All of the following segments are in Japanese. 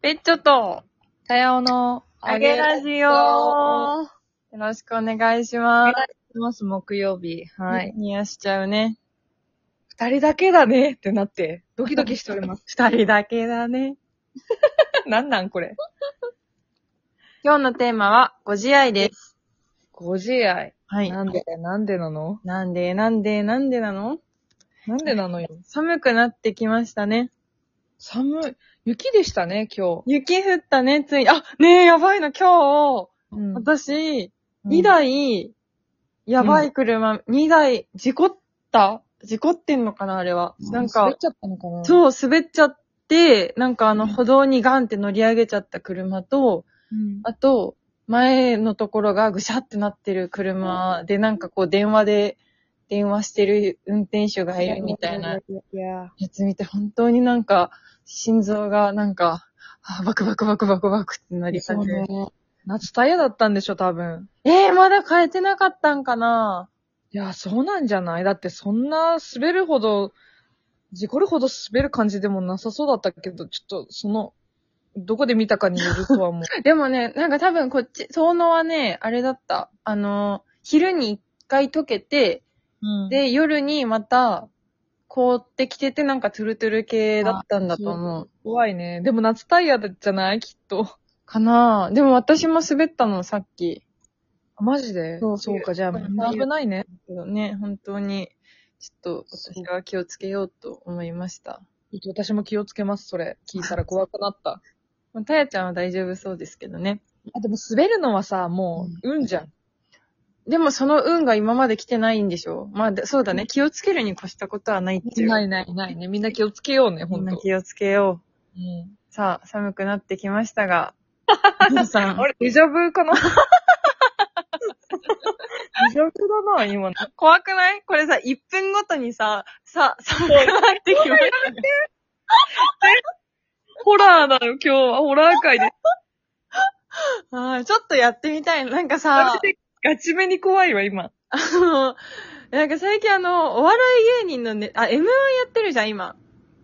ペッチョと、さようの、あげラジオおよろしくお願いします。ます、木曜日。はニい。ヤニヤしちゃうね。。二人だけだねってなって、ドキドキしております二人だけだね。 なんなんこれ。今日のテーマは、ご自愛です。ご自愛。はなんで、なんでなのなんで、なんで、なんでなのなんでなのよ。寒くなってきましたね。寒い。雪でしたね、今雪降ったね、ついに。あ、ねえ、やばいの、今日、日。うん私、二2台。台、やばい車、2台、事故った事故ってんのかな、あれは。なんか、滑っちゃったのかなう。そう、滑っちゃって、なんかあの、うん歩道にガンって乗り上げちゃった車と、うんあと、前のところがぐしゃってなってる車で、なんかこう電話で、電話してる運転手がいるみたいな。いや、やつ見て、本当になんか、心臓がなんか、あバクバクバクバクバクってなりそたうねて。。夏タイヤだったんでしょ、多分。えー、まだ変えてなかったんかないや、そうなんじゃないだってそんな滑るほど、事故るほど滑る感じでもなさそうだったけど、ちょっとその、どこで見たかによるとはもう。でもね、なんか多分こっち、遠野はね、あれだった。あの、昼に一回溶けて、 うんで、夜にまた、凍ってきてて、なんかトゥルトゥル系だったんだと思う。怖いね。でも夏タイヤじゃないきっと。かなぁ。でも私も滑ったの、さっき。あマジでそうか、じゃあ、そうなんだ危ないね。けどね、本当に、ちょっと私は気をつけようと思いました。私も気をつけます、それ。聞いたら怖くなった。まあたやちゃんは大丈夫そうですけどね。あ、でも滑るのはさ、もう、運じゃん。でもその運が今まで来てないんでしょまあ、でそうだね。気をつけるに越したことはないっていう。ないないないね。みんな気をつけようね、ほみんんなと。気をつけよう。うんさあ、寒くなってきました が。皆さんあ。れ、デジャブかな微弱だな、 今の。怖くないこれさ、1分ごとにさ、さ、寒くなってきましホラーだよ、今日は。ホラー界で。た。あーちょっとやってみたい。なんか さ、ガチめに怖いわ、今。あの、なんか最近あの、お笑い芸人のね、あ、M1 やってるじゃん、今。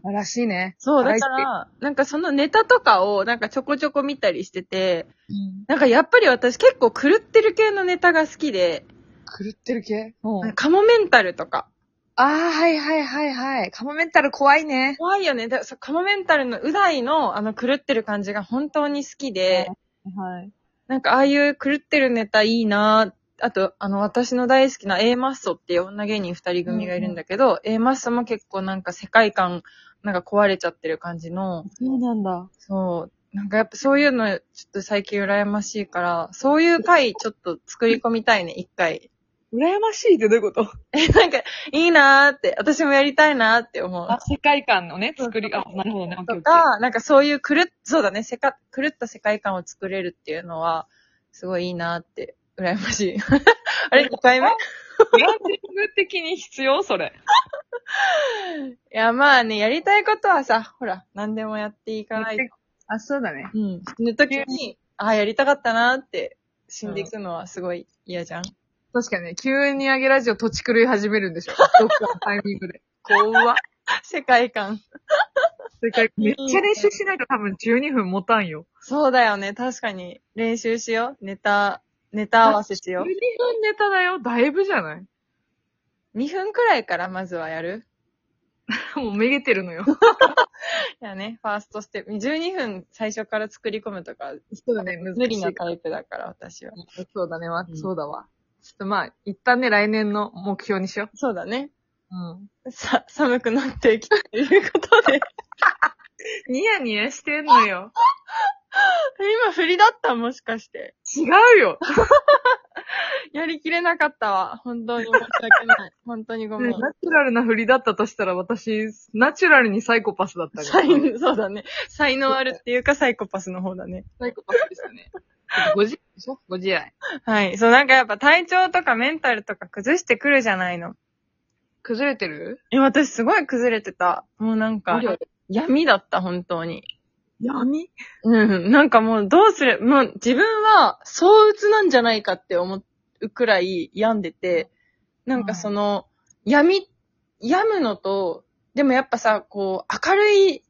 らしいね。そう、だ大好かきら、なんかそのネタとかを、なんかちょこちょこ見たりしてて、うん。なんかやっぱり私結構狂ってる系のネタが好きで、狂ってる系うカモメンタルとか。ああ、はいはいはいはい。カモメンタル怖いね。怖いよね。だそうカモメンタルのう大のあの狂ってる感じが本当に好きで、はい。なんかああいう狂ってるネタいいなあと、あの、私の大好きな A マッソっていう女芸人二人組がいるんだけど、A マッソも結構なんか世界観、なんか壊れちゃってる感じの、そうなんだ。そう、なんかやっぱそういうの、ちょっと最近羨ましいから、そういう回ちょっと作り込みたいね、一回。 羨ましいってどういうことえ、なんか、いいなーって、私もやりたいなーって思う。世界観のね、作りあ、なるほどね。とか、なんかそういう狂っ、そうだね、せか、狂った世界観を作れるっていうのは、すごいいいなーって、羨ましい。 あれ、2回目ブランディング的に必要それ。いや、まあね、やりたいことはさ、ほら、何でもやっていかないと。あ、そうだね。うん。死ぬ時に、ああ、やりたかったなーって、死んでいくのはすごい嫌じゃん。確かにね、急に上げラジオ土地狂い始めるん でしょ。どっかのタイミングで。怖っ。世界観。世界めっちゃ練習しないと多分12分持たんよ。そうだよね、確かに。練習しよう。ネタ、ネタ合わせし12よ。分ネタだよ。だいぶじゃないう2分くらいからまずはやる。もうめげてるのよ。いやね、ファーストステップ。12分最初から作り込むとか、 そうだね、難無理なタイプだから、私は。そうだね、わうんそうだわ。ちょっとまあ、一旦ね、来年の目標にしよそうだね。う。うん。さ、寒くなってきたということ で。ニヤニヤしてんのよ。今振りだったもしかして。違うよ。やりきれなかったわ。本当に申し訳 ない。本当にごめんね。ナチュラルな振りだったとしたら私、ナチュラルにサイコパスだったね。才そうだね。才能あるっていうかサイコパスの方だね。サイコパスでしたね。ご自愛でしょご自愛。はい。そう、なんかやっぱ体調とかメンタルとか崩してくるじゃないの。崩れてるえ、私すごい崩れてた。もうなんか、闇だった、本当に。闇うん。なんかもうどうする、もう自分は、躁鬱なんじゃないかって思うくらい病んでて、なんかその、闇、病むのと、でもやっぱさ、こう、明るい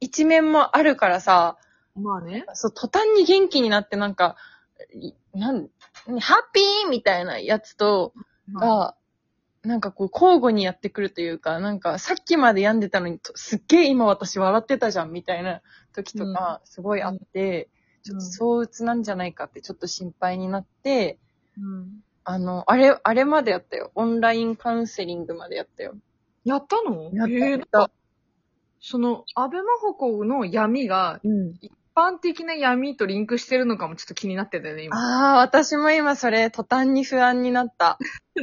一面もあるからさ、まあね。そう、途端に元気になってなんか、いなん、ハッピーみたいなやつと、が、なんかこう交互にやってくるというか、なんかさっきまで病んでたのに、とすっげえ今私笑ってたじゃんみたいな時とか、すごいあって、ちょっと相うつなんじゃないかってちょっと心配になって、うん。あの、あれ、あれまでやったよ。オンラインカウンセリングまでやったよ。やったのやったえやーった。その、安倍真帆子の闇が、うん。一般的な闇とリンクしてるのかもちょっと気になってたよね、今。ああ、私も今それ途端に不安になった。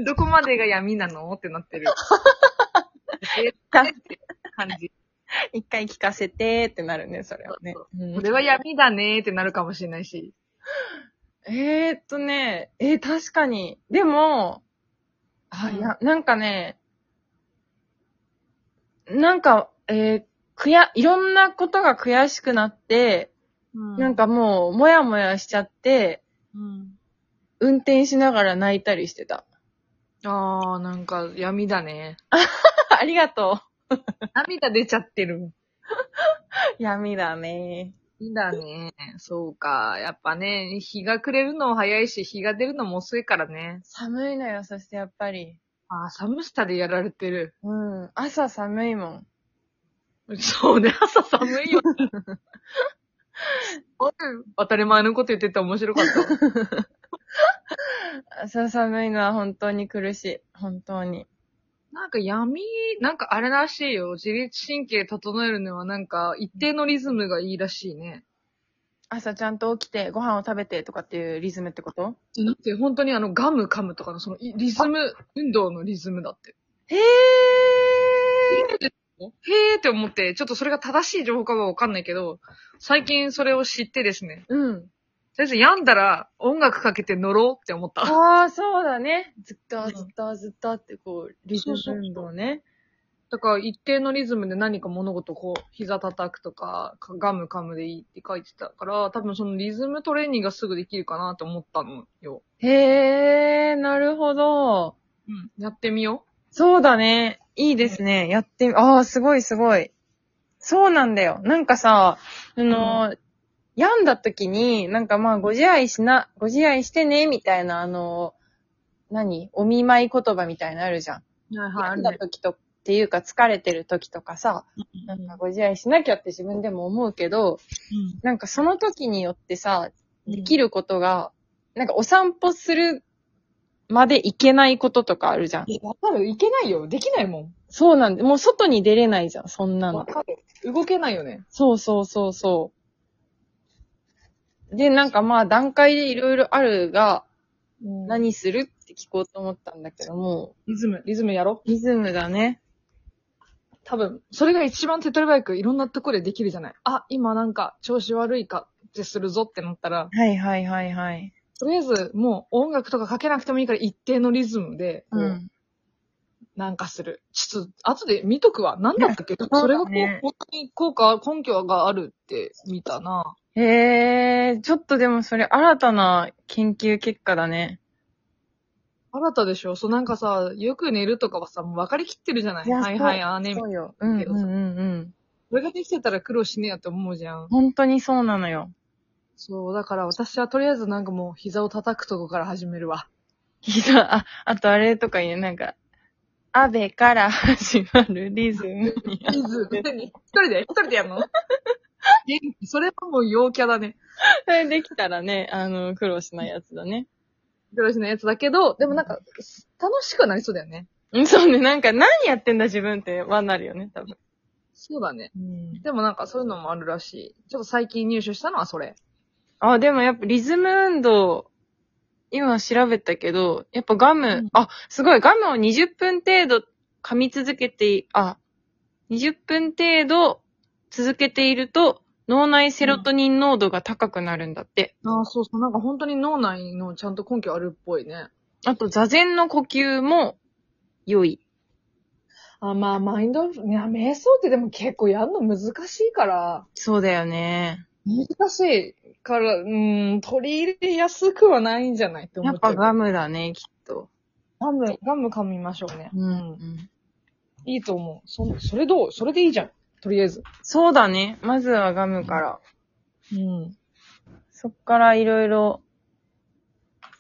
どこまでが闇なのってなってる。えーって感じ。一回聞かせてーってなるね、それはね。うんこれは闇だねーってなるかもしれないし。えー、っとね、えー確かに。でも、あ、うんいや、なんかね、なんか、えー、くや、いろんなことが悔しくなって、なん、かもう、もやもやしちゃって、うん、運転しながら泣いたりしてた。あー、なんか闇だね。 ありがと 涙出ちゃってる。う。闇だね。いいだね。そうか。やっぱね、日が暮れるのも早いし、日が出るのも遅いからね。寒いのよ、そしてやっぱり。あー、寒さでやられてる。うん。朝寒いもん。そうね、朝寒いよ。 おい当たり前のこと言ってて面白かった。朝寒いのは本当に苦しい。本当に。なんか闇、なんかあれらしいよ。自律神経整えるのはなんか一定のリズムがいいらしいね。朝ちゃんと起きて、ご飯を食べてとかっていうリズムってことじゃなくて、本当にあのガム噛むとかのそのいリズム、運動のリズムだって。へえ。へーって思って、ちょっとそれが正しい情報かはわかんないけど、最近それを知ってですね。うん。とりあえず病んだら音楽かけて乗ろうって思った。ああ、そうだね。ずっとうんずっとずっとってこう、リズム運動ね。だから一定のリズムで何か物事をこう、膝叩くとか、かガム噛むでいいって書いてたから、多分そのリズムトレーニングがすぐできるかなって思ったのよ。へえ、なるほど。うん。やってみよそうだね。いいですね。やって、ああ、すごいすごい。そうなんだよ。なんかさ、あの、病んだ時に、なんかまあ、ご自愛しな、ご自愛してね、みたいな、あの、何お見舞い言葉みたいなのあるじゃん。う。はい病んだ時と、っていうか疲れてる時とかさ、なんかご自愛しなきゃって自分でも思うけど、なんかその時によってさ、できる。ることが、なんかお散歩するまで行けないこととかあるじゃん。いや、わかる。いけないよ。できないも。そうなんで、もう外に出れないじゃん、そんなんの。かる。動けないよね。そうそうそうそう。で、なんかまあ段階でいろいろあるが、何何するって聞こうと思ったんだけども、リズム、リズムやろう。リズムだね。多分、それが一番手っ取り早くいろんなところでできるじゃない。あ、今なんか調子悪いかってするぞってなったら、はいはいはいはい。とりあえずもう音楽とかかけなくてもいいから一定のリズムで、こううん。なんかする。ちょっと、後で見とくわ。なんだったっけ、だねそれがこう、本当に効果、根拠があるって見たな。へえ、ちょっとでもそれ新たな研究結果だね。新たでしょそう、なんかさ、よく寝るとかはさ、もう分かりきってるじゃないいやはいはい、ああね。そこうよ。うんうんうんうん。れができてたら苦労しねえやって思うじゃん。本当にそうなのよ。そう、だから私はとりあえずなんかもう膝を叩くとこから始めるわ。膝、 あ、あとあれとか言う、なんか、アベから始まるリズムに。リズムで一人で一人でやるの元気。それはもう陽キャだね。それできたらね、あの、苦労しないやつだね。よろしのやつだけど、でもなんか、楽しくなりそうだよね。うんそうね、なんか何やってんだ自分ってはなるよね、多分。そうだね。うん、でもなんかそういうのもあるらしい。ちょっと最近入手したのはそれ。あ、でもやっぱリズム運動、今調べたけど、やっぱガム、うんあ、すごい、ガムを20分程度噛み続けてい、あ、20分程度続けていると、脳内セロトニン濃度が高くなるんだって。ああ、そうそう。なんか本当に脳内のちゃんと根拠あるっぽいね。あと、座禅の呼吸も良い。あまあ、マインド、いや、瞑想ってでも結構やるの難しいから。そうだよね。難しいから、うん、取り入れやすくはないんじゃないってや思っってぱるガムだね、きっと。ガム、ガム噛みましょうね。うん。いいと思う。そ、それどうそれでいいじゃん。とりあえず。そうだね。まずはガムから。うん。そっからいろいろ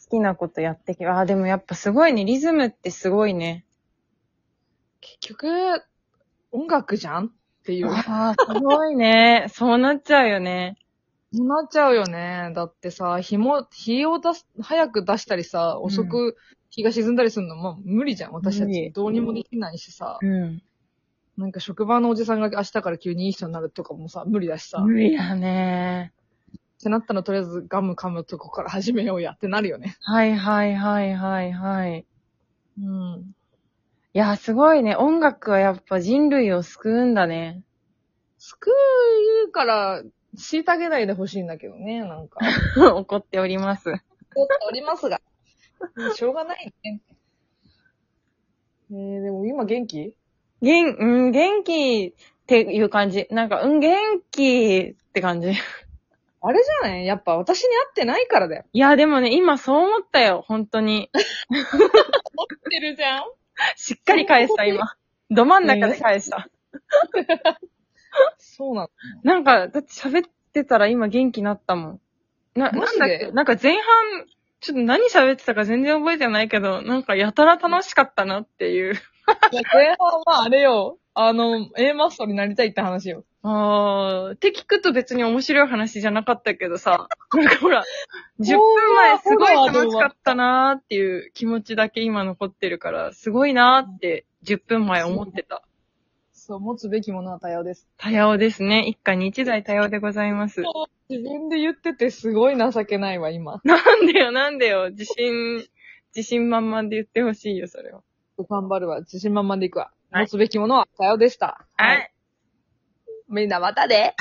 好きなことやってき、ああ、でもやっぱすごいね。リズムってすごいね。結局、音楽じゃんっていう。ああ、すごいね。そうなっちゃうよね。そうなっちゃうよね。だってさ、日も、日を出す、早く出したりさ、ん遅く日が沈んだりするの、まあ無理じゃん。私た無ち理どうにもできないしさ、うん。なんか職場のおじさんが明日から急にいい人になるとかもさ、無理だしさ、っ無理だね。てなったらとりあえずガム噛むとこから始めようやってなるよね。はいはいはいはいはい。うん。いや、すごいね。音楽はやっぱ人類を救うんだね。 救うから、虐げないでほしいんだけどね、なんか。怒っております。思っております が。しょうがないね。えー、でも今元気元、うん、元気っていう感じ。なんか、うん、元気って感じ。あれじゃないやっぱ私に会ってないからだよ。いや、でもね、今そう思ったよ。本当に。会ってるじゃんしっかり返した、今。ど真ん中で返した。そうなの。なんか、だって喋ってたら今元気になったもん。な、なんマジでだっけなんか前半、ちょっと何喋ってたか全然覚えてないけど、なんかやたら楽しかったなっていう。前半はあれよ。あの、A マストになりたいって話よ。 あー、って聞くと別に面白い話じゃなかったけどさ、なんかほら、10分前すごい楽しかったなーっていう気持ちだけ今残ってるから、すごいなーって10分前思ってた。そう、持つべきものは多様です。多様ですね。一家に一台多様でございます。自分で言っててすごい情けないわ、今。なんでよ、なんでよ。自信、自信満々で言ってほしいよ、それは。頑張るわ。自信満々でいくわ。はい持つべきものは多様でした。はい。みんなまたで